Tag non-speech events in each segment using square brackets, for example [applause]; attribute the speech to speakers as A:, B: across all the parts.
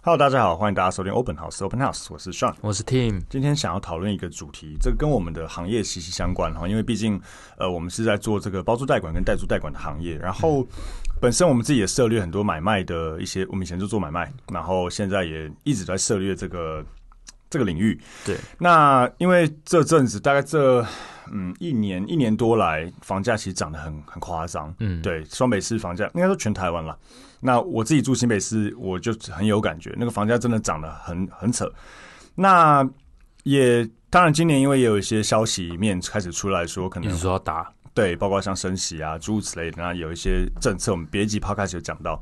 A: Hello，大家好，欢迎大家收听 Open House Open House，我是 Sean。
B: 我是 Tim，
A: 今天想要讨论一个主题，这个跟我们的行业息息相关哈，因为毕竟呃，我们是在做这个包租代管跟代租代管的行业，然后
B: 嗯
A: 本身我们自己也涉猎很多买卖的一些，我们以前就做买卖，然后现在也一直在涉猎这个这个领域。
B: 对，
A: 那因为这阵子大概这嗯一年一年多来，房价其实涨得很很夸张，
B: 嗯，
A: 对，双北市房价应该说全台湾了。那我自己住新北市，我就很有感觉，那个房价真的涨得很很扯。那也当然，今年因为也有一些消息面开始出来说，可
B: 一
A: 能
B: 直说要打，
A: 对，包括像升息啊、诸如此类的，那有一些政策，我们别集 p 开始有讲到。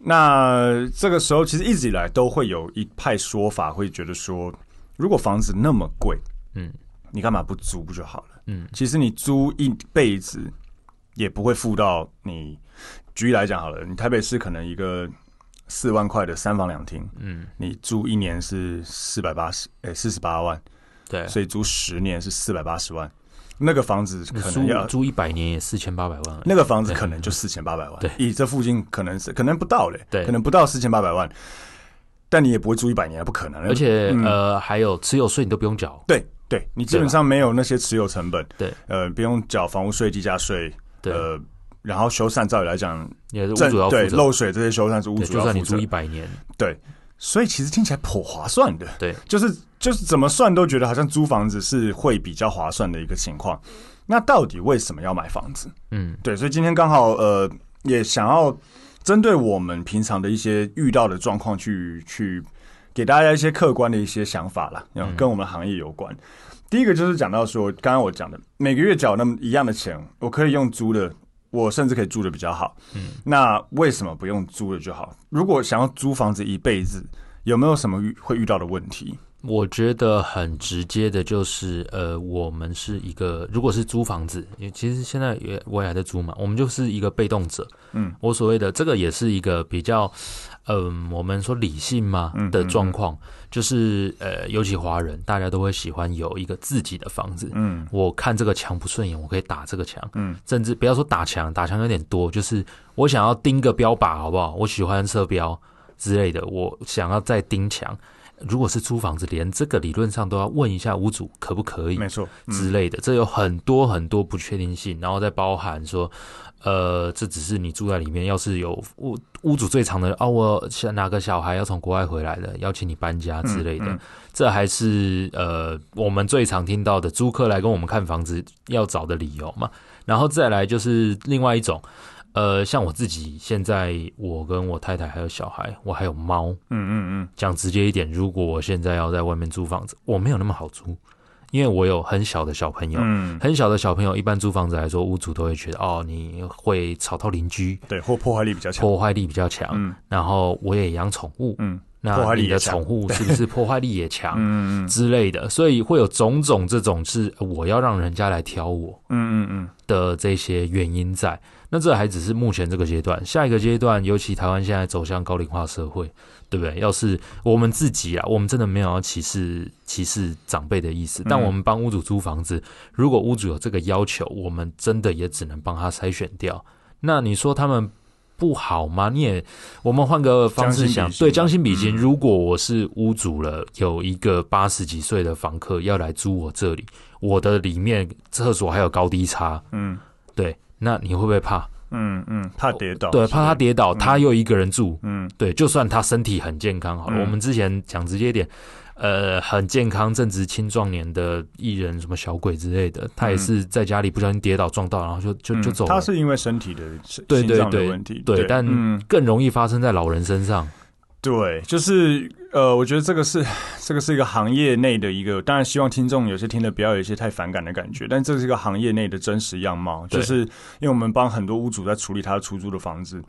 A: 那这个时候，其实一直以来都会有一派说法，会觉得说，如果房子那么贵，
B: 嗯，
A: 你干嘛不租不就好了？
B: 嗯，
A: 其实你租一辈子也不会付到你。举例来讲好了，你台北市可能一个四万块的三房两厅，
B: 嗯，
A: 你租一年是四百八十，诶，四十八万，
B: 对，
A: 所以租十年是四百八十万，那个房子
B: 你
A: 可能要
B: 租租一百年也四千八百万而已，
A: 那个房子可能就四千八百万，
B: 对
A: 以这附近可能是可能不到嘞，
B: 对
A: 可能不到四千八百万，但你也不会住一百年，不可能。
B: 而且
A: 嗯
B: 呃还有持有税你都不用缴，
A: 对对，你基本上没有那些持有成本，
B: 对，
A: 呃，不用缴房屋税、地价税，
B: 对
A: 呃，然后修缮，照理来讲，
B: 也是屋
A: 正
B: 主要负
A: 对
B: 责，
A: 漏水这些修缮是屋
B: 对，
A: 主
B: 就
A: 要
B: 算
A: 负
B: 你租
A: 责
B: 一，百年，
A: 对，所以其实听起来颇划算的，
B: 对，
A: 就是就是怎么算都觉得好像租房子是会比较划算的一个情况。那到底为什么要买房子？
B: 嗯，
A: 对，所以今天刚好呃，也想要针对我们平常的一些遇到的状况去去给大家一些客观的一些想法啦，嗯，跟我们行业有关。第一个就是讲到说，刚刚我讲的，每个月缴那么一样的钱，我可以用租的，我甚至可以住的比较好。嗯，那为什么不用租的就好？如果想要租房子一辈子，有没有什么遇会遇到的问题？
B: 我觉得很直接的就是呃我们是一个如果是租房子，因为其实现在也我也还在租嘛，我们就是一个被动者，
A: 嗯，
B: 我所谓的这个也是一个比较。嗯，我们说理性嘛
A: 嗯
B: 的
A: 嗯
B: 状况，就是呃，尤其华人，大家都会喜欢有一个自己的房子，
A: 嗯
B: 我看这个墙不顺眼，我可以打这个墙，
A: 嗯，
B: 甚至不要说打墙，打墙有点多，就是我想要钉个标靶，好不好？我喜欢射标之类的，我想要再钉墙。如果是租房子，连这个理论上都要问一下屋主可不可以
A: 没错，
B: 之类的，这有很多很多不确定性，然后再包含说，呃，这只是你住在里面，要是有屋屋主最长的哦，我想哪个小孩要从国外回来的，邀请你搬家之类的，
A: 嗯嗯
B: 这还是呃我们最常听到的租客来跟我们看房子要找的理由嘛。然后再来就是另外一种，呃，像我自己现在，我跟我太太还有小孩，我还有猫，
A: 嗯嗯
B: 讲直接一点，如果我现在要在外面租房子，我没有那么好租，因为我有很小的小朋友。
A: 嗯嗯，
B: 很小的小朋友，一般租房子来说，屋主都会觉得哦，你会吵到邻居，
A: 对，或破坏力比较强，
B: 破坏力比较强。
A: 嗯
B: 然后我也养宠物，
A: 嗯破
B: 那
A: 坏力
B: 你
A: 也
B: 的
A: 强
B: 宠物是不是破坏力也强、
A: 嗯嗯
B: 之类的？所以会有种种这种是我要让人家来挑我，
A: 嗯嗯嗯，
B: 的这些原因在。那这还只是目前这个阶段，下一个阶段，尤其台湾现在走向高龄化社会，对不对？要是我们自己啊，我们真的没有要歧视歧视长辈的意
A: 嗯
B: 思，但我们帮屋主租房子，如果屋主有这个要求，我们真的也只能帮他筛选掉。那你说他们不好吗？你也，我们换个方式
A: 将心
B: 想
A: 比，心
B: 对，将心比心。如果我是屋主了，有一个八十几岁的房客要来租我这里，我的里面厕所还有高低差，
A: 嗯
B: 对，那你会不会怕？
A: 嗯嗯，怕跌倒，
B: 对，怕他，跌倒，他又一个人住，
A: 嗯
B: 对，就算他身体很健康好了，
A: 嗯
B: 我们之前讲直接一点，呃，很健康正值青壮年的艺人，什么小鬼之类的，他也是在家里不小心跌倒撞到，然后就就就
A: 嗯
B: 走
A: 他
B: 了。
A: 是因为身体的心
B: 对
A: 心
B: 对
A: 脏的
B: 对
A: 问题，
B: 对，但
A: 嗯
B: 更容易发生在老人身上。
A: 对，就是呃，我觉得这个是这个是一个行业内的一个，当然希望听众有些听的不要有一些太反感的感觉，但这是一个行业内的真实样貌，就
B: 对
A: 是因为我们帮很多屋主在处理他出租的房子。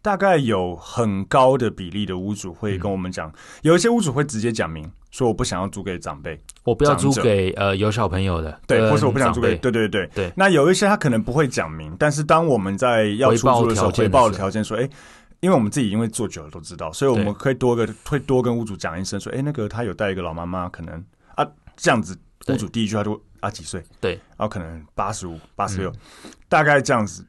A: 大概有很高的比例的屋主会跟我们讲，有一些屋主会直接讲明说我不想要租给长辈，
B: 我不要租
A: 长者
B: 给呃有小朋友的，
A: 对，
B: 跟
A: 或是我不想租给，
B: 呃长
A: 对
B: 辈
A: 对对
B: 对
A: 那有一些他可能不会讲明，但是当我们在要出租的时候，回
B: 回
A: 报
B: 报
A: 的
B: 的
A: 条
B: 条
A: 件说，哎、因为我们自己因为做久了都知道，所以我们
B: 对
A: 可以多个会多跟屋主讲一声说，哎、那个他有带一个老妈妈，可能啊这样子，
B: 对
A: 屋主第一句话就啊几岁，
B: 对
A: 然后可能八十五、八十六，大概这样子，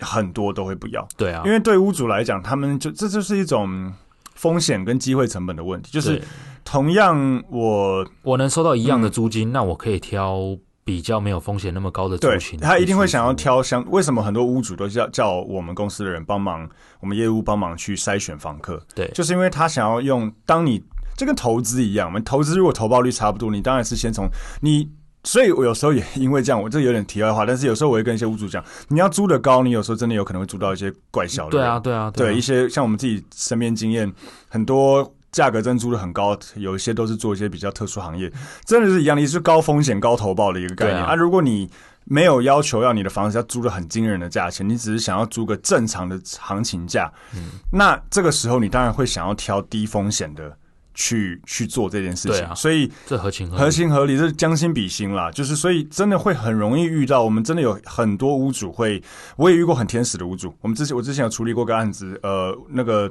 A: 很多都会不要。
B: 对啊，
A: 因为对屋主来讲，他们就这就是一种风险跟机会成本的问题。就是嗯
B: 对
A: 同样我
B: 我能收到一样的租金，那我可以挑比较没有风险那么高的
A: 对
B: 族群，
A: 他一定会
B: 去
A: 想要
B: 租
A: 挑相。为什么很多屋主都叫叫我们公司的人帮忙，我们业务帮忙去筛选房客？
B: 对
A: 就是因为他想要用。当你这跟投资一样，我们投资如果投报率差不多，你当然是先从你。所以，我有时候也因为这样，我这有点题外话，但是有时候我会跟一些屋主讲，你要租的高，你有时候真的有可能会租到一些怪小的
B: 对
A: 人。
B: 啊，对啊，
A: 对
B: 啊
A: 一，些像我们自己身边经验，很多价格真租的很高，有一些都是做一些比较特殊行业，真的是一样的，也是高风险高投报的一个概念
B: 对啊
A: 如果你没有要求要你的房子要租的很惊人的价钱，你只是想要租个正常的行情价，
B: 嗯
A: 那这个时候你当然会想要挑低风险的去去做这件事情，
B: 对啊
A: 所以
B: 这合情合
A: 合
B: 理。
A: 情合理，这是将心比心啦，就是所以真的会很容易遇到，我们真的有很多屋主会，我也遇过很天使的屋主，我们之前我之前有处理过个案子，呃，那个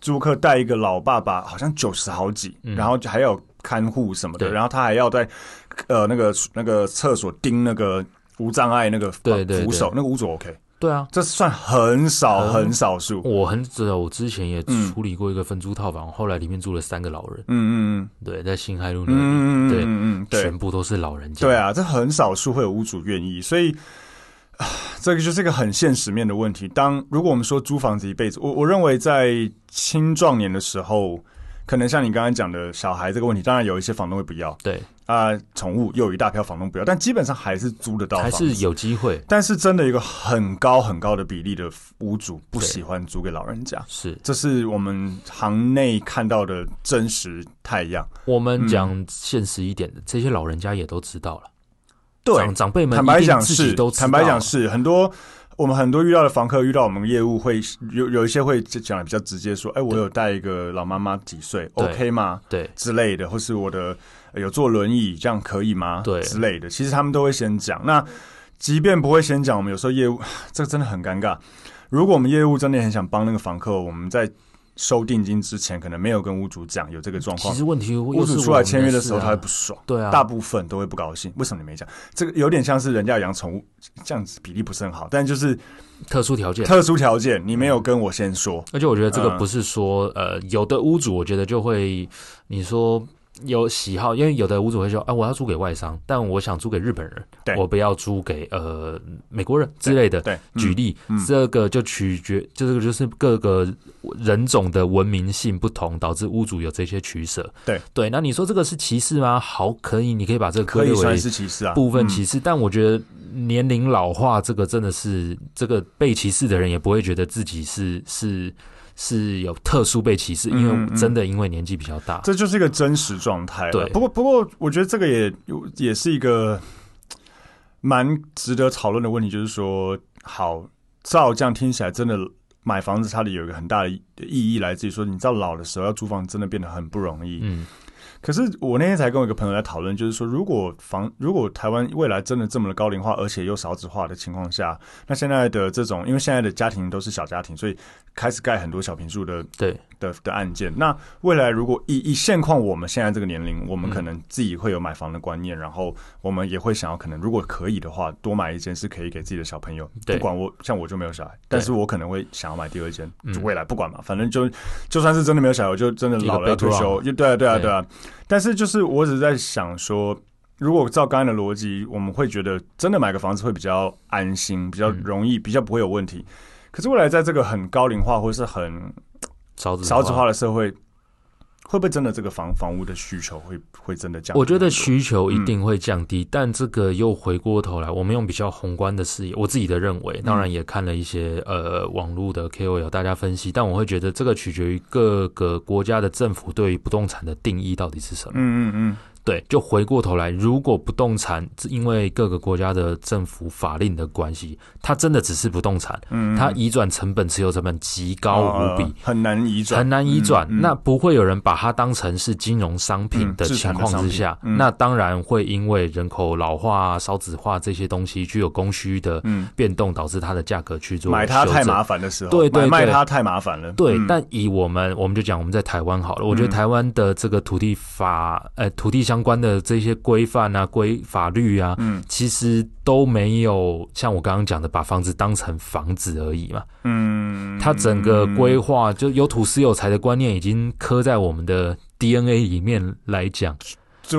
A: 租客带一个老爸爸，好像九十好几，然后还有看护什么的，
B: 嗯对
A: 然后他还要在呃那个那个厕所盯那个无障碍那个
B: 对对
A: 扶
B: 对
A: 手，那个屋主 OK，
B: 对啊，
A: 这算很少
B: 嗯
A: 很少数，
B: 我很知道，我之前也
A: 嗯
B: 处理过一个分租套房，后来里面住了三个老人，
A: 嗯嗯
B: 对，在新海路
A: 嗯
B: 那边，
A: 嗯嗯
B: 对
A: 嗯嗯，对。
B: 全部都是老人家。
A: 对啊，这很少数会有屋主愿意，所以。啊这个就是一个很现实面的问题。当如果我们说租房子一辈子，我我认为在青壮年的时候，可能像你刚刚讲的小孩这个问题，当然有一些房东会不要
B: 对，
A: 啊、宠物又有一大票房东不要，但基本上还是租得到
B: 还
A: 房子，
B: 是有机会，
A: 但是真的有一个很高很高的比例的屋主不喜欢租给老人家，
B: 是
A: 这是我们行内看到的真实太阳。
B: 我
A: 嗯
B: 们讲现实一点的，这些老人家也都知道了，长长辈们
A: 坦白
B: 一定
A: 讲
B: 自
A: 是
B: 己都，知道
A: 坦白讲是很多。我们很多遇到的房客遇到我们业务会有有一些会讲的比较直接，说，哎，我有带一个老妈妈几岁
B: 对
A: ，OK 吗？
B: 对
A: 之类的，或是我的呃有坐轮椅，这样可以吗？
B: 对
A: 之类的，其实他们都会先讲。那即便不会先讲，我们有时候业务这真的很尴尬。如果我们业务真的很想帮那个房客，我们在收定金之前，可能没有跟屋主讲有这个状
B: 其
A: 况，
B: 实问题
A: 屋
B: 又是
A: 主
B: 我
A: 出来
B: 们
A: 签约的时候，
B: 事
A: 他
B: 啊
A: 会不爽。
B: 对啊，
A: 大部分都会不高兴。为什么你没讲？这个有点像是人家养宠物这样子比例不是很好，但就是
B: 特殊条件。
A: 特殊条件，你没有跟我先说。
B: 而且我觉得这个
A: 嗯
B: 不是说，呃，有的屋主我觉得就会，你说有喜好，因为有的屋主会说，啊，我要租给外商，但我想租给日本人
A: 对，
B: 我不要租给呃美国人之类的。
A: 对，嗯
B: 举例，这个就取决，就这个就是各个人种的文明性不同，导致屋主有这些取舍。
A: 对
B: 对，那你说这个是歧视吗？好，可以，你可以把这个
A: 可
B: 归类
A: 以
B: 为
A: 算是歧视啊。
B: 部分
A: 嗯
B: 歧视，但我觉得年龄老化这个真的是，这个被歧视的人也不会觉得自己是是是有特殊被歧视，因
A: 嗯嗯
B: 为真的因为年纪比较大，
A: 这就是一个真实状态了。
B: 对
A: 不过不过，我觉得这个也也是一个蛮值得讨论的问题，就是说，好，照这样听起来，真的买房子它的有一个很大的意义来自于说，你到老的时候要租房，真的变得很不容易。
B: 嗯，
A: 可是我那天才跟我一个朋友在讨论，就是说，如果房如果台湾未来真的这么的高龄化，而且又少子化的情况下，那现在的这种，因为现在的家庭都是小家庭，所以开始盖很多小平数的
B: 对
A: 的的案件。那未来如果以以现况我们现在这个年龄，我们
B: 嗯
A: 可能自己会有买房的观念，然后我们也会想要，可能如果可以的话，多买一间是可以给自己的小朋友。
B: 对
A: 不管我像我就没有小孩，但是我可能会想要买第二间，
B: 嗯
A: 就未来不管嘛，反正就就算是真的没有小孩，我就真的老了
B: 一
A: 要
B: 个
A: 退
B: background
A: 休，就对啊对啊
B: 对
A: 对啊。但是就是我只是在想说。如果照刚才的逻辑，我们会觉得真的买个房子会比较安心，比较
B: 嗯
A: 容易，比较不会有问题。可是未来在这个很高龄化或是很
B: 少子
A: 少子化的社会，会不会真的这个房房屋的需求会会真的降低
B: 我
A: 很多？
B: 觉得需求一定会降
A: 嗯
B: 低，但这个又回过头来，我们用比较宏观的视野，我自己的认
A: 嗯
B: 为，当然也看了一些呃网络的 KOL 大家分析，但我会觉得这个取决于各个国家的政府对于不动产的定义到底是什么。
A: 嗯嗯嗯，
B: 对，就回过头来，如果不动产因为各个国家的政府法令的关系，它真的只是不动产，
A: 嗯，
B: 它移转成本、持有成本极高无比
A: 呃，很难移转，
B: 很难移转。
A: 嗯嗯
B: 那不会有人把它当成是金融商品
A: 嗯
B: 的
A: 资
B: 情
A: 产的
B: 况
A: 商
B: 之
A: 品
B: 下，
A: 嗯
B: 那当然会因为人口老化、啊少子化这些东西具有供需的
A: 嗯
B: 变动，导致它的价格去做
A: 买它
B: 修
A: 太
B: 正
A: 麻烦的时候，
B: 对对
A: 买卖
B: 对
A: 它太麻烦了，
B: 对，
A: 嗯
B: 但以我们我们就讲我们在台湾好了，我觉得台湾的这个土地法，呃，土地相关的这些规范啊、规法律啊，
A: 嗯
B: 其实都没有像我刚刚讲的把房子当成房子而已嘛。
A: 嗯，
B: 它整个规划就有土私有财的观念已经刻在我们的 DNA 里面来讲，
A: 对，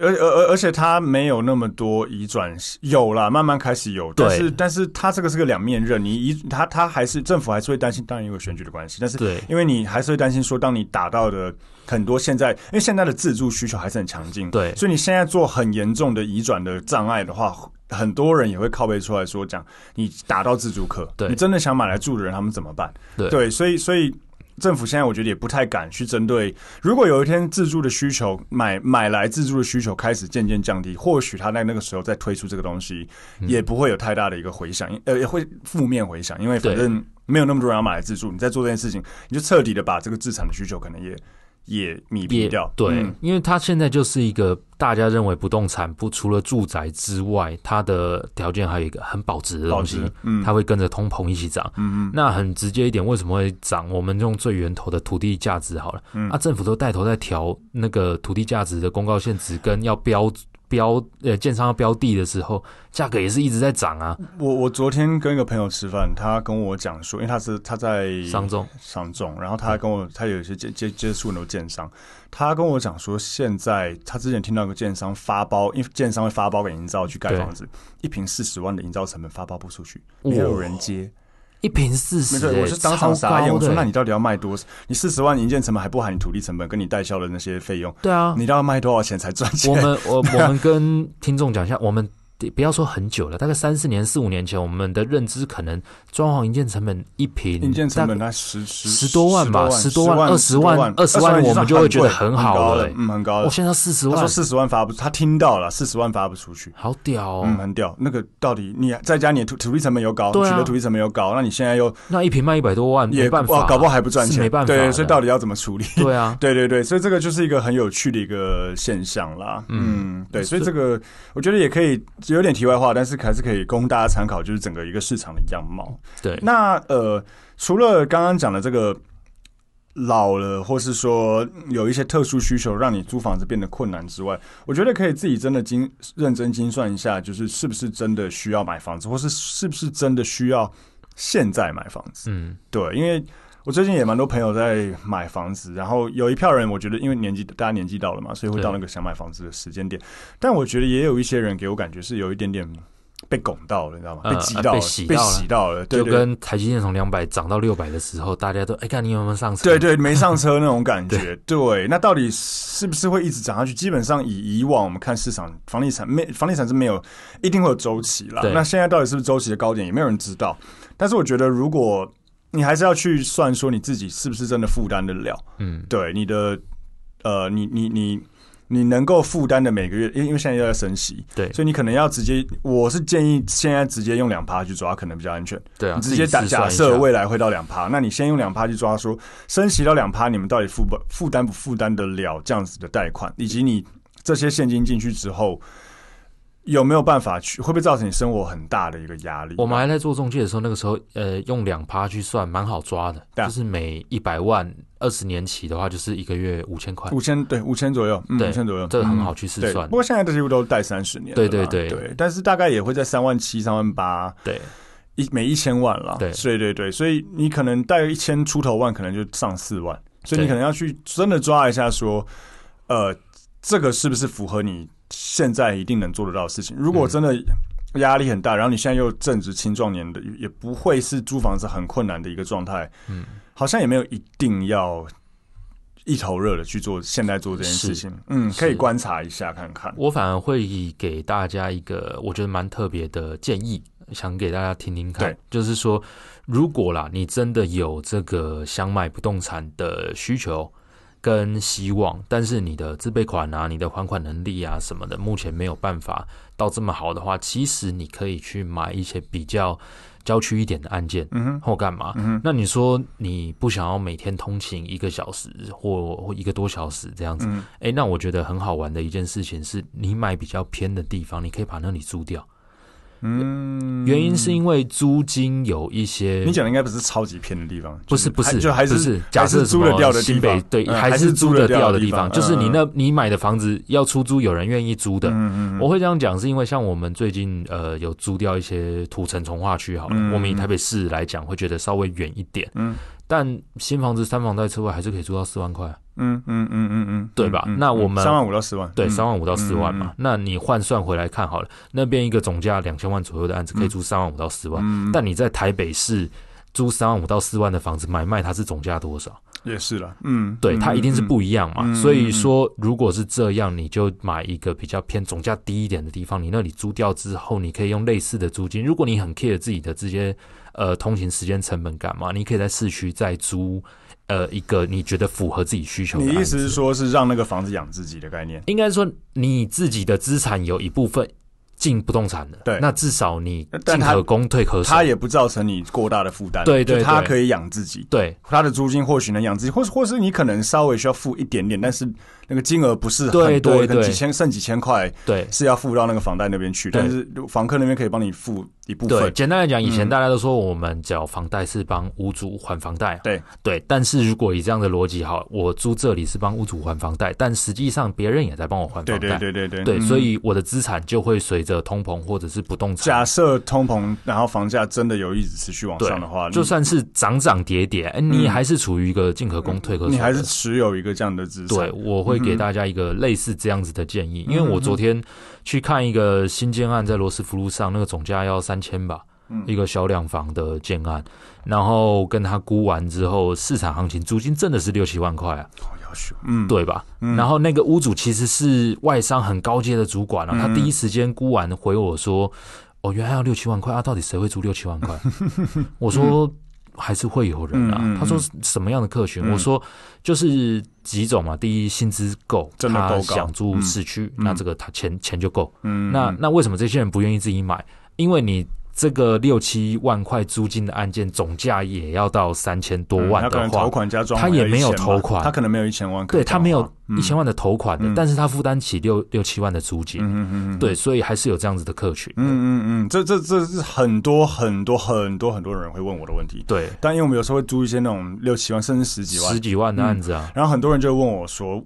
A: 而而而而且它没有那么多移转，有啦，慢慢开始有，
B: 对
A: 但是但是它这个是个两面刃，你移它它还是政府还是会担心，当然因为选举的关系，但是
B: 对
A: 因为你还是会担心说，当你打到的很多现在，因为现在的自住需求还是很强劲，
B: 对
A: 所以你现在做很严重的移转的障碍的话。很多人也会靠背出来说，讲你打到自住客，
B: 对
A: 你真的想买来住的人，他们怎么办？
B: 对
A: 所以所以政府现在我觉得也不太敢去针对。如果有一天自住的需求，买买来自住的需求开始渐渐降低，或许他在那个时候再推出这个东西，
B: 嗯
A: 也不会有太大的一个回响，呃，也会负面回响，因为反
B: 对
A: 正没有那么多人要买来自住，你在做这件事情，你就彻底的把这个资产的需求可能也也弭平
B: 也
A: 掉。
B: 对，
A: 嗯
B: 因为它现在就是一个大家认为不动产不除了住宅之外，它的条件还有一个很保值的
A: 保
B: 东西
A: 值，，嗯
B: 它会跟着通膨一起涨。
A: 嗯嗯
B: 那很直接一点，为什么会涨？我们用最源头的土地价值好了，
A: 嗯
B: 啊，政府都带头在调那个土地价值的公告限值跟要标标呃建商要标地的时候，价格也是一直在涨啊。
A: 我我昨天跟一个朋友吃饭，他跟我讲说，因为他是他在
B: 商仲
A: 商仲，然后他跟
B: 嗯
A: 我他有一些接接接触很多建商，他跟我讲说，现在他之前听到一个建商发包，因为建商会发包给营造去盖
B: 对
A: 房子，一瓶四十万的营造成本发包不出去，
B: 哇
A: 没有人接，
B: 一瓶四十、欸
A: 没错，我是当场
B: 超
A: 傻眼，
B: 高
A: 我说
B: 的、
A: 那你到底要卖多少？你四十万营建成本还不含你土地成本跟你代销的那些费用，
B: 对啊，
A: 你到底要卖多少钱才赚钱？
B: [laughs] 我
A: [laughs]
B: 们我我们跟听众讲一下，我们不要说很久了，大概三四年、四五年前，我们的认知可能装潢营建成本一平，
A: 硬件成本
B: 大概
A: 那十十
B: 10多万吧
A: 十
B: 10多万
A: 十
B: 20万
A: 万、
B: 20万我们就会觉得很好
A: 了，很高
B: 了
A: 嗯，很高
B: 我
A: 了。
B: 哦现在四十
A: 他
B: 万
A: 说，四十万发不，他听到了四十万发不出去，
B: 好屌哦！
A: 嗯，很屌。那个到底你再加你的土土地成本又高，
B: 对啊
A: 你取得土地成本又高，那你现在又
B: 那一瓶卖一百多万，
A: 也
B: 没办
A: 哇
B: 法，
A: 搞不好还不赚钱，
B: 是没办法的
A: 对，所以到底要怎么处理？ [laughs]
B: 对啊，
A: 对对对，所以这个就是一个很有趣的一个现象啦。嗯，对，所以这个我觉得也可以有点题外话，但是还是可以供大家参考，就是整个一个市场的样貌。
B: 对，
A: 那呃，除了刚刚讲的这个老了，或是说有一些特殊需求让你租房子变得困难之外，我觉得可以自己真的精认真精算一下，就是是不是真的需要买房子，或是是不是真的需要现在买房子。
B: 嗯，
A: 对，因为我最近也蛮多朋友在买房子，然后有一票人，我觉得因为年纪大家年纪到了嘛，所以会
B: 对
A: 到那个想买房子的时间点。但我觉得也有一些人给我感觉是有一点点被拱到了，你知道吗？
B: 呃
A: 被击到了，
B: 被洗
A: 被
B: 到了
A: 洗到了，对
B: 就
A: 对
B: 跟台积电从两百涨到六百的时候，大家都哎，看你有没有上车？
A: 对对，没上车那种感觉。对，那到底是不是会一直涨下去？基本上以以往我们看市场，房地产没房地产是没有一定会有周期啦
B: 对。
A: 那现在到底是不是周期的高点，也没有人知道。但是我觉得，如果你还是要去算说你自己是不是真的负担得了，
B: 嗯，
A: 对你的呃，你你你你能够负担的每个月，因为因为现在又在升息，
B: 对
A: 所以你可能要直接，我是建议现在直接用两趴去抓，可能比较安全。
B: 对啊，
A: 你直接打
B: 自己试算
A: 假
B: 一
A: 设
B: 下
A: 未来会到两趴，那你先用两趴去抓说，升息到两趴，你们到底负不负担不负担得了这样子的贷款，以及你这些现金进去之后。有没有办法去？会不会造成你生活很大的一个压力？
B: 我们还在做中介的时候，那个时候呃，用两趴去算，蛮好抓的，
A: 对啊
B: 就是每一百万二十年起的话，就是一个月五千块，
A: 五千对五千左右，嗯，
B: 对
A: 五千左右，
B: 这个
A: 嗯
B: 很好去试
A: 对，
B: 算
A: 不。过现在这些都贷三十年了啦，
B: 对对对
A: 对，但是大概也会在三万七、三万八
B: 对
A: 一每一千万啦。
B: 对
A: 所以对对，所以你可能贷一千出头万，可能就上四万，所以你
B: 对
A: 可能要去真的抓一下说，呃，这个是不是符合你现在一定能做得到的事情？如果
B: 嗯
A: 真的压力很大，然后你现在又正值青壮年的，也也不会是租房子很困难的一个状态，
B: 嗯，
A: 好像也没有一定要。一头热的去做现在做这件事
B: 是
A: 情，嗯，可以
B: 是
A: 观察一下看看。
B: 我反而会给大家一个我觉得蛮特别的建议，想给大家听听看
A: 对。
B: 就是说，如果啦，你真的有这个想买不动产的需求，跟希望，但是你的自备款啊、你的还款能力啊什么的，目前没有办法到这么好的话，其实你可以去买一些比较郊区一点的案件，
A: 嗯哼，
B: 或干嘛？
A: 嗯哼
B: 那你说你不想要每天通勤一个小时或或一个多小时这样子？
A: 嗯
B: 哎、那我觉得很好玩的一件事情是，你买比较偏的地方，你可以把那里租掉。
A: 嗯，
B: 原因是因为租金有一些
A: 你讲的应该不是超级偏的地方，
B: 不
A: 就是
B: 不
A: 还
B: 是，
A: 就还
B: 不
A: 是
B: 是假
A: 还
B: 设
A: 是
B: 什
A: 租
B: 么
A: 得掉的地
B: 新北
A: 方，
B: 对，
A: 嗯
B: 还
A: 是
B: 是租
A: 得
B: 得掉的
A: 地嗯
B: 地方，就是你那你买的房子要出租，有人愿意租的。
A: 嗯嗯嗯
B: 我会这样讲，是因为像我们最近呃有租掉一些土城从化区，好了，
A: 嗯
B: 我们以台北市来讲，会觉得稍微远一点，
A: 嗯
B: 但新房子三房带车位还是可以租到四万块，啊
A: 嗯嗯嗯嗯嗯，
B: 对吧
A: 嗯嗯
B: 那我们
A: 三万五到四万，
B: 对，
A: 嗯
B: 三万五到四万嘛
A: 嗯。
B: 那你换算回来看好了，那边一个总价两千万左右的案子可以租三万五到四万，
A: 嗯
B: 但你在台北市租三万五到四万的房子买卖，它是总价多少？
A: 也是了，嗯，
B: 对，
A: 嗯
B: 它一定是，不一样嘛。
A: 嗯
B: 所以说，如果是这样，你就买一个比较偏总价低一点的地方，你那里租掉之后，你可以用类似的租金。如果你很 care 自己的这些呃通勤时间成本干嘛，你可以在市区再租呃一个你觉得符合自己需求
A: 嗯
B: 的。
A: 你意思是？说，是让那个房子养自己的概念？
B: 应该说你自己的资产有一部分进不动产了，
A: 对
B: 那至少你
A: 但
B: 进
A: 它
B: 可攻退可守
A: 它。也不造成你过大的负担，
B: 对对
A: 就它
B: 对
A: 可以养自己，
B: 对，
A: 它的租金或许能养自己，或是或是你可能稍微需要付一点点，但是那个金额不是很多，
B: 对对
A: 可能
B: 对
A: 几千剩几千块
B: 对
A: 是要付到那个房贷那边去，
B: 对
A: 但是房客那边可以帮你付一部
B: 对，
A: 分。
B: 简单来讲，以前
A: 嗯
B: 大家都说我们缴房贷是帮屋主还房贷，
A: 对
B: 对。但是如果以这样的逻辑，好，我租这里是帮屋主还房贷，但实际上别人也在帮我还房
A: 对
B: 贷，
A: 对对对对
B: 对
A: 嗯
B: 所以我的资产就会随着通膨或者是不动产
A: 假。设通膨，然后房价真的有一直持续往
B: 对
A: 上的话，，
B: 就算是涨涨跌跌，哎，你
A: 嗯
B: 还是处于一个进可攻退可守的，
A: 你你还是嗯持有一个这样的资产
B: 对，，我会给大家一个类似这样子的建议，因
A: 嗯
B: 为我昨天去看一个新建案，在罗斯福路上，那个总价要三千吧，
A: 嗯
B: 一个小两房的建案，然后跟他估完之后，市场行情租金真的是六七万块啊，
A: 好要求，嗯，
B: 对吧？然后那个屋主其实是外商很高阶的主管
A: 嗯
B: 啊，他第一时间估完回我说，哦，原来要六七万块啊，到底谁会租六七万块？ [laughs] 我说。还是会有人啊
A: 嗯嗯嗯嗯，
B: 他说什么样的客群？
A: 嗯
B: 我说就是几种嘛。第一，薪资够，
A: 真的够
B: 他
A: 高
B: 想住市区，
A: 嗯
B: 那这个他钱钱就够。
A: 嗯，
B: 那
A: 嗯
B: 那为什么这些人不愿意自己买？因为你这个六七万块租金的案件，总价也要到三千多
A: 他嗯
B: 万
A: 可
B: 的
A: 能
B: 话
A: 头，款加装潢
B: 他
A: 要
B: 也没有
A: 1000吧
B: 头款
A: 他可能没有一千万可以
B: 对
A: 装潢，
B: 他没有
A: 嗯
B: 一千万的头款的
A: 嗯，
B: 但是他负担起六六七万的租金，
A: 嗯嗯嗯，
B: 对，所以还是有这样子的客群
A: 嗯
B: 的。
A: 嗯嗯，这这这是很多很多很多很多人会问我的问题，
B: 对，
A: 但因为我们有时候会租一些那种六七万甚至十几万嗯
B: 十，几万的案子啊，
A: 然后很多人就会问我说，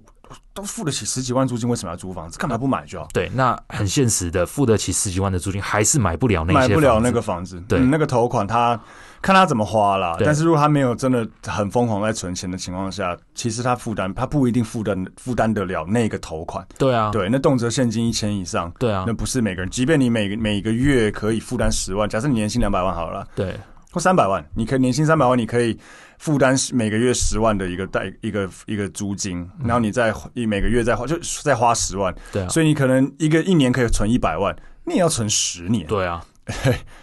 A: 都付得起十几万租金，为什么要租房子？干嘛不买就好？
B: 对，那很现实的，付得起十几万的租金，还是买不了那
A: 买
B: 些
A: 不了
B: 房子
A: 那个房子，
B: 对
A: 嗯那个头款他看他怎么花啦。
B: 对
A: 但是如果他没有真的很疯狂在存钱的情况下，其实他负担他不一定负担负担得了那个头款。
B: 对啊，
A: 对，那动辄现金一千以上，
B: 对啊
A: 那，不是每个人。即便你每每个月可以负担十万，假设你年薪两百万好了，
B: 对
A: 或三百万，你可以年薪三百万，你可以负担每个月十万的一个贷一个一个租金，然后你再一每个月再花就再花十万，
B: 嗯对啊，
A: 所以你可能一个一年可以存一百万，你也要存十年。
B: 对啊，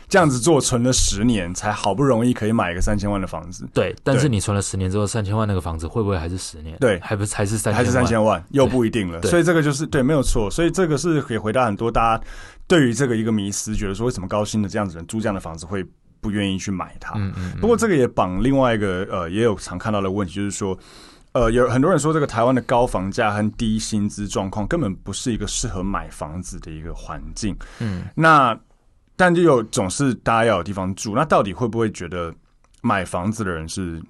A: 这样子做存了十年，才好不容易可以买一个三千万的房子，
B: 对。但是
A: 对
B: 你存了十年之后，三千万那个房子会不会还是十年？
A: 对
B: 还不还是三
A: 还是三千万，又不一定了。
B: 对
A: 所以这个就是对，没有错。所以这个是可以回答很多大家对于这个一个迷思，觉得说为什么高薪的这样子人租这样的房子会不愿意去买它？
B: 嗯嗯，嗯
A: 不过这个也绑另外一个呃，也有常看到的问题，就是说。呃，有很多人说这个台湾的高房价和低薪资状况根本不是一个适合买房子的一个环境。
B: 嗯，
A: 那但就有总是大家要有地方住，那到底会不会觉得买房子的人是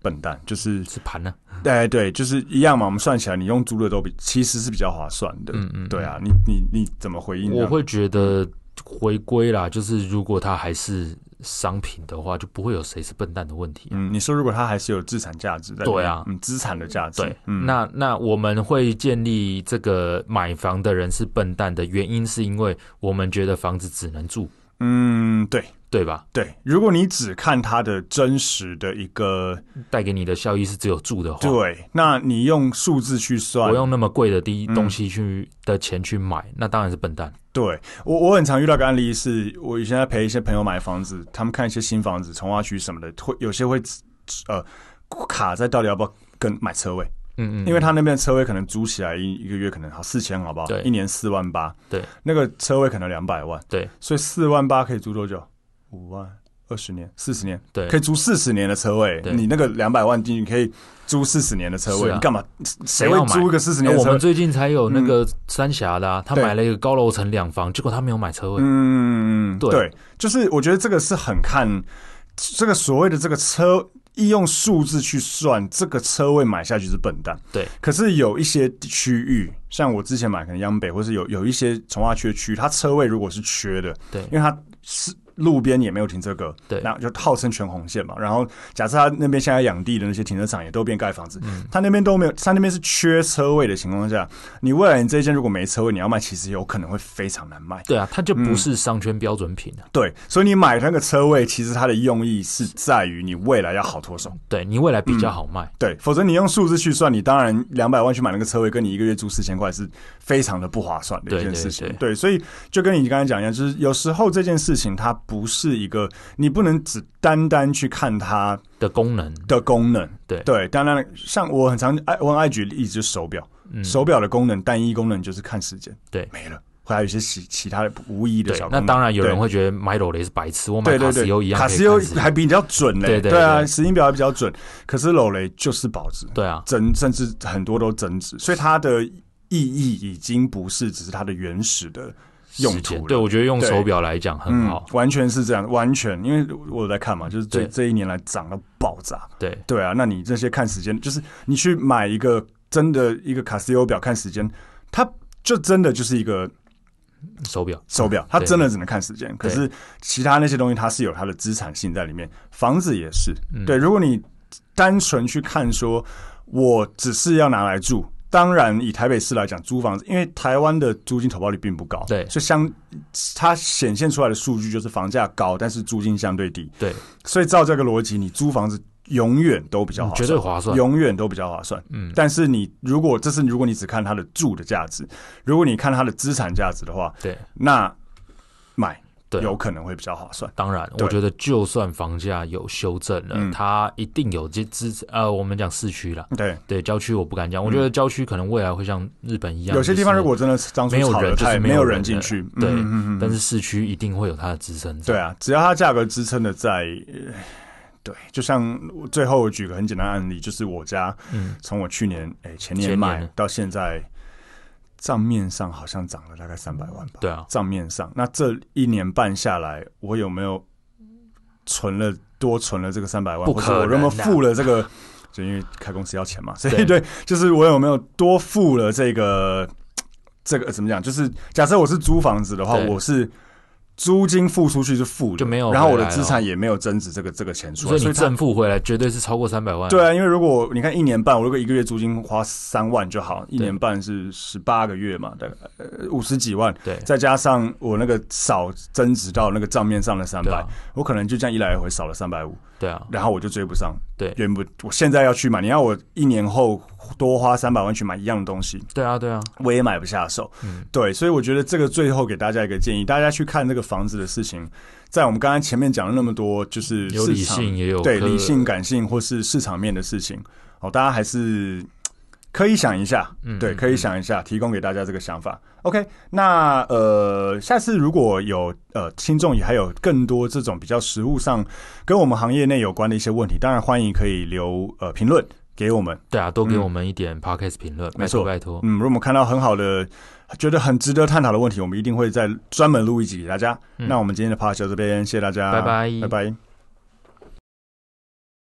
A: 笨蛋？就是
B: 是盘啊呢，
A: 哎对，就是一样嘛。我们算起来，你用租的都比其实是比较划算的。
B: 嗯嗯，
A: 对啊，你你你怎么回应？
B: 我，会觉得回归啦，就是如果它还是商品的话，就不会有谁是笨蛋的问题啊。
A: 嗯，你说如果它还是有资产价值在里面，
B: 对啊
A: 嗯，资产的价值，
B: 对，
A: 嗯，
B: 那那我们会建立这个买房的人是笨蛋的原因，是因为我们觉得房子只能住，
A: 嗯，对。
B: 对吧？
A: 对，如果你只看它的真实的一个
B: 带给你的效益是只有住的话，
A: 对，那你用数字去算
B: 我，用那么贵的低
A: 嗯
B: 东西去、的钱去买，那当然是笨蛋。
A: 对我我很常遇到一个案例是，我以前在陪一些朋友买房子，他们看一些新房子、从化区什么的，会有些会呃卡在到底要不要跟买车位，
B: 嗯嗯，
A: 因为他那边的车位可能租起来一一个月可能好四千，好不好？
B: 对
A: 一年四万八，
B: 对，
A: 那个车位可能两百万，
B: 对，
A: 所以四万八可以租多久？五万。二十年、四十年，
B: 对
A: 可以租四十年的车位。
B: 对
A: 你那个两百万进去，可以租四十年的车
B: 是
A: 位，
B: 啊
A: 你干嘛？谁
B: 谁要
A: 会
B: 买
A: 租一个四十
B: 哎
A: 年的
B: 我
A: 车
B: 们
A: 位？
B: 最近才有那个三峡的、啊，他
A: 对
B: 买了一个高楼层两房，结果他没有买车位。
A: 嗯，
B: 对
A: 对，就是我觉得这个是很看这个所谓的这个车，一用数字去算这个车位买下去是笨蛋。
B: 对，
A: 可是有一些区域，像我之前买可能央北，或是有有一些从化区的区，它车位如果是缺的，
B: 对
A: 因为它是。路边也没有停车格，
B: 对
A: 那就号称全红线嘛。然后假设他那边现在养地的那些停车场也都变盖房子，
B: 嗯
A: 他那边都没有，他那边是缺车位的情况下，你未来你这一间如果没车位，你要卖，其实有可能会非常难卖。
B: 对啊，它就不
A: 嗯
B: 是商圈标准品啊。
A: 对，所以你买那个车位，其实它的用意是在于你未来要好脱手。
B: 对你未来比
A: 嗯
B: 较好卖。
A: 对，否则你用数字去算，你当然两百万去买那个车位，跟你一个月租四千块是非常的不划算的一件事情。
B: 对对
A: 所以就跟你刚才讲一样，就是有时候这件事情它不是一个，你不能只单单去看它
B: 的功能，
A: 的功能。
B: 对
A: 对，当然像我很常爱我很爱举例子，手表，
B: 嗯，
A: 手表的功能单一功能就是看时间，
B: 对
A: 没了，还有一些其其他的无意义的
B: 对
A: 小。功
B: 那
A: 能。
B: 当然有
A: 对
B: 人会觉得买罗雷是白痴，我买
A: 对对
B: 卡
A: 对，
B: 西欧一样可
A: 卡
B: 以看
A: 西欧
B: 时间
A: 还比较准嘞、
B: 对对
A: 啊，
B: 对
A: 石英表还比较准，可是镂雷就是保值，
B: 对啊，
A: 增甚至很多都增值，所以它的意义已经不是只是它的原始的用
B: 时间
A: 途
B: 对
A: 了。
B: 我觉得用
A: 对嗯
B: 手表来讲很好。
A: 完全是这样，完全，因为我有在看嘛，就是这
B: 对
A: 这一年来涨到爆炸，
B: 对
A: 对啊，那你这些看时间，就是你去买一个真的一个卡西欧表看时间，它就真的就是一个
B: 手表，
A: 手表，它
B: 嗯对
A: 真的只能看时间。可是其他那些东西，它是有它的资产性在里面，房子也是。
B: 嗯
A: 对，如果你单纯去看说，我只是要拿来住。当然，以台北市来讲，租房子，因为台湾的租金投报率并不高，
B: 对
A: 所以相它显现出来的数据就是房价高，但是租金相对低，
B: 对，
A: 所以照这个逻辑，你租房子永远都比较
B: 嗯
A: 划
B: 绝
A: 算，
B: 对划算。
A: 永远都比较划算。
B: 嗯，
A: 但是你如果这是如果你只看它的住的价值，如果你看它的资产价值的话，
B: 对
A: 那买
B: 对啊，
A: 有可能会比较划算。
B: 当然，
A: 对
B: 我觉得就算房价有修正了，
A: 嗯
B: 它一定有这支呃，我们讲市区啦，
A: 对，
B: 对郊区我不敢讲，我觉得郊区可能未来会像日本一
A: 嗯
B: 样，
A: 有些地方
B: 就是
A: 如果真的是当初
B: 没有
A: 炒
B: 人
A: 的
B: 就是
A: 太
B: 没有
A: 有
B: 人
A: 人进
B: 了
A: 去，
B: 对
A: 嗯嗯嗯嗯
B: 但是市区一定会有它的支撑。
A: 对，啊，只要它价格支撑的在。呃对，就像我最后我举个很简单的案例，就是我家
B: 嗯，
A: 从我去年哎前年
B: 前年
A: 买
B: 了
A: 到现在，账面上好像涨了大概三百万吧。
B: 对啊，
A: 账面上，那这一年半下来，我有没有存了多存了这个三百万？
B: 不
A: 或者
B: 可
A: 我有没有
B: 能啊
A: 付了这个？就因为开公司要钱嘛，所以
B: 对
A: 对， [laughs] 就是我有没有多付了这个这个怎么讲？就是假设我是租房子的话，
B: 对
A: 我是。租金付出去是付的，
B: 就没有
A: 然后我的
B: 回来
A: 资
B: 了
A: 产也没有增值这个这个钱出
B: 所
A: 来，
B: 以
A: 所
B: 你
A: 以它
B: 正负回来绝对是超过三百万。
A: 对啊，因为如果你看一年半，我如果一个月租金花三万就好，一年半是十八个月嘛，大概呃五十几万，
B: 对
A: 再加上我那个少增值到那个账面上的三
B: 对
A: 百、
B: 啊
A: 我可能就这样一来一回少了三百五，
B: 对啊，
A: 然后我就追不上。
B: 对
A: 原本我现在要去买，你要我一年后多花三百万去买一样的东西，
B: 对啊，对啊，
A: 我也买不下手。
B: 嗯
A: 对，所以我觉得这个最后给大家一个建议，大家去看这个房子的事情，在我们刚才前面讲了那么多，就是
B: 有理
A: 市场
B: 性也有
A: 对
B: 科
A: 理性、感性或是市场面的事情，哦，大家还是可以想一下，
B: 嗯
A: 对，
B: 嗯
A: 可以
B: 嗯
A: 想一下，提供给大家这个想法。OK，那呃，下次如果有呃听众也还有更多这种比较实务上跟我们行业内有关的一些问题，当然欢迎可以留呃评论给我们。
B: 对啊，多给我们一点 podcast 评论，
A: 嗯没
B: 拜
A: 错
B: 托拜托。
A: 嗯，如果我们看到很好的。觉得很值得探讨的问题，我们一定会再专门录一集给大家。
B: 嗯
A: 那我们今天的 p a s 就到这边，谢谢大家，
B: 拜拜
A: 拜拜。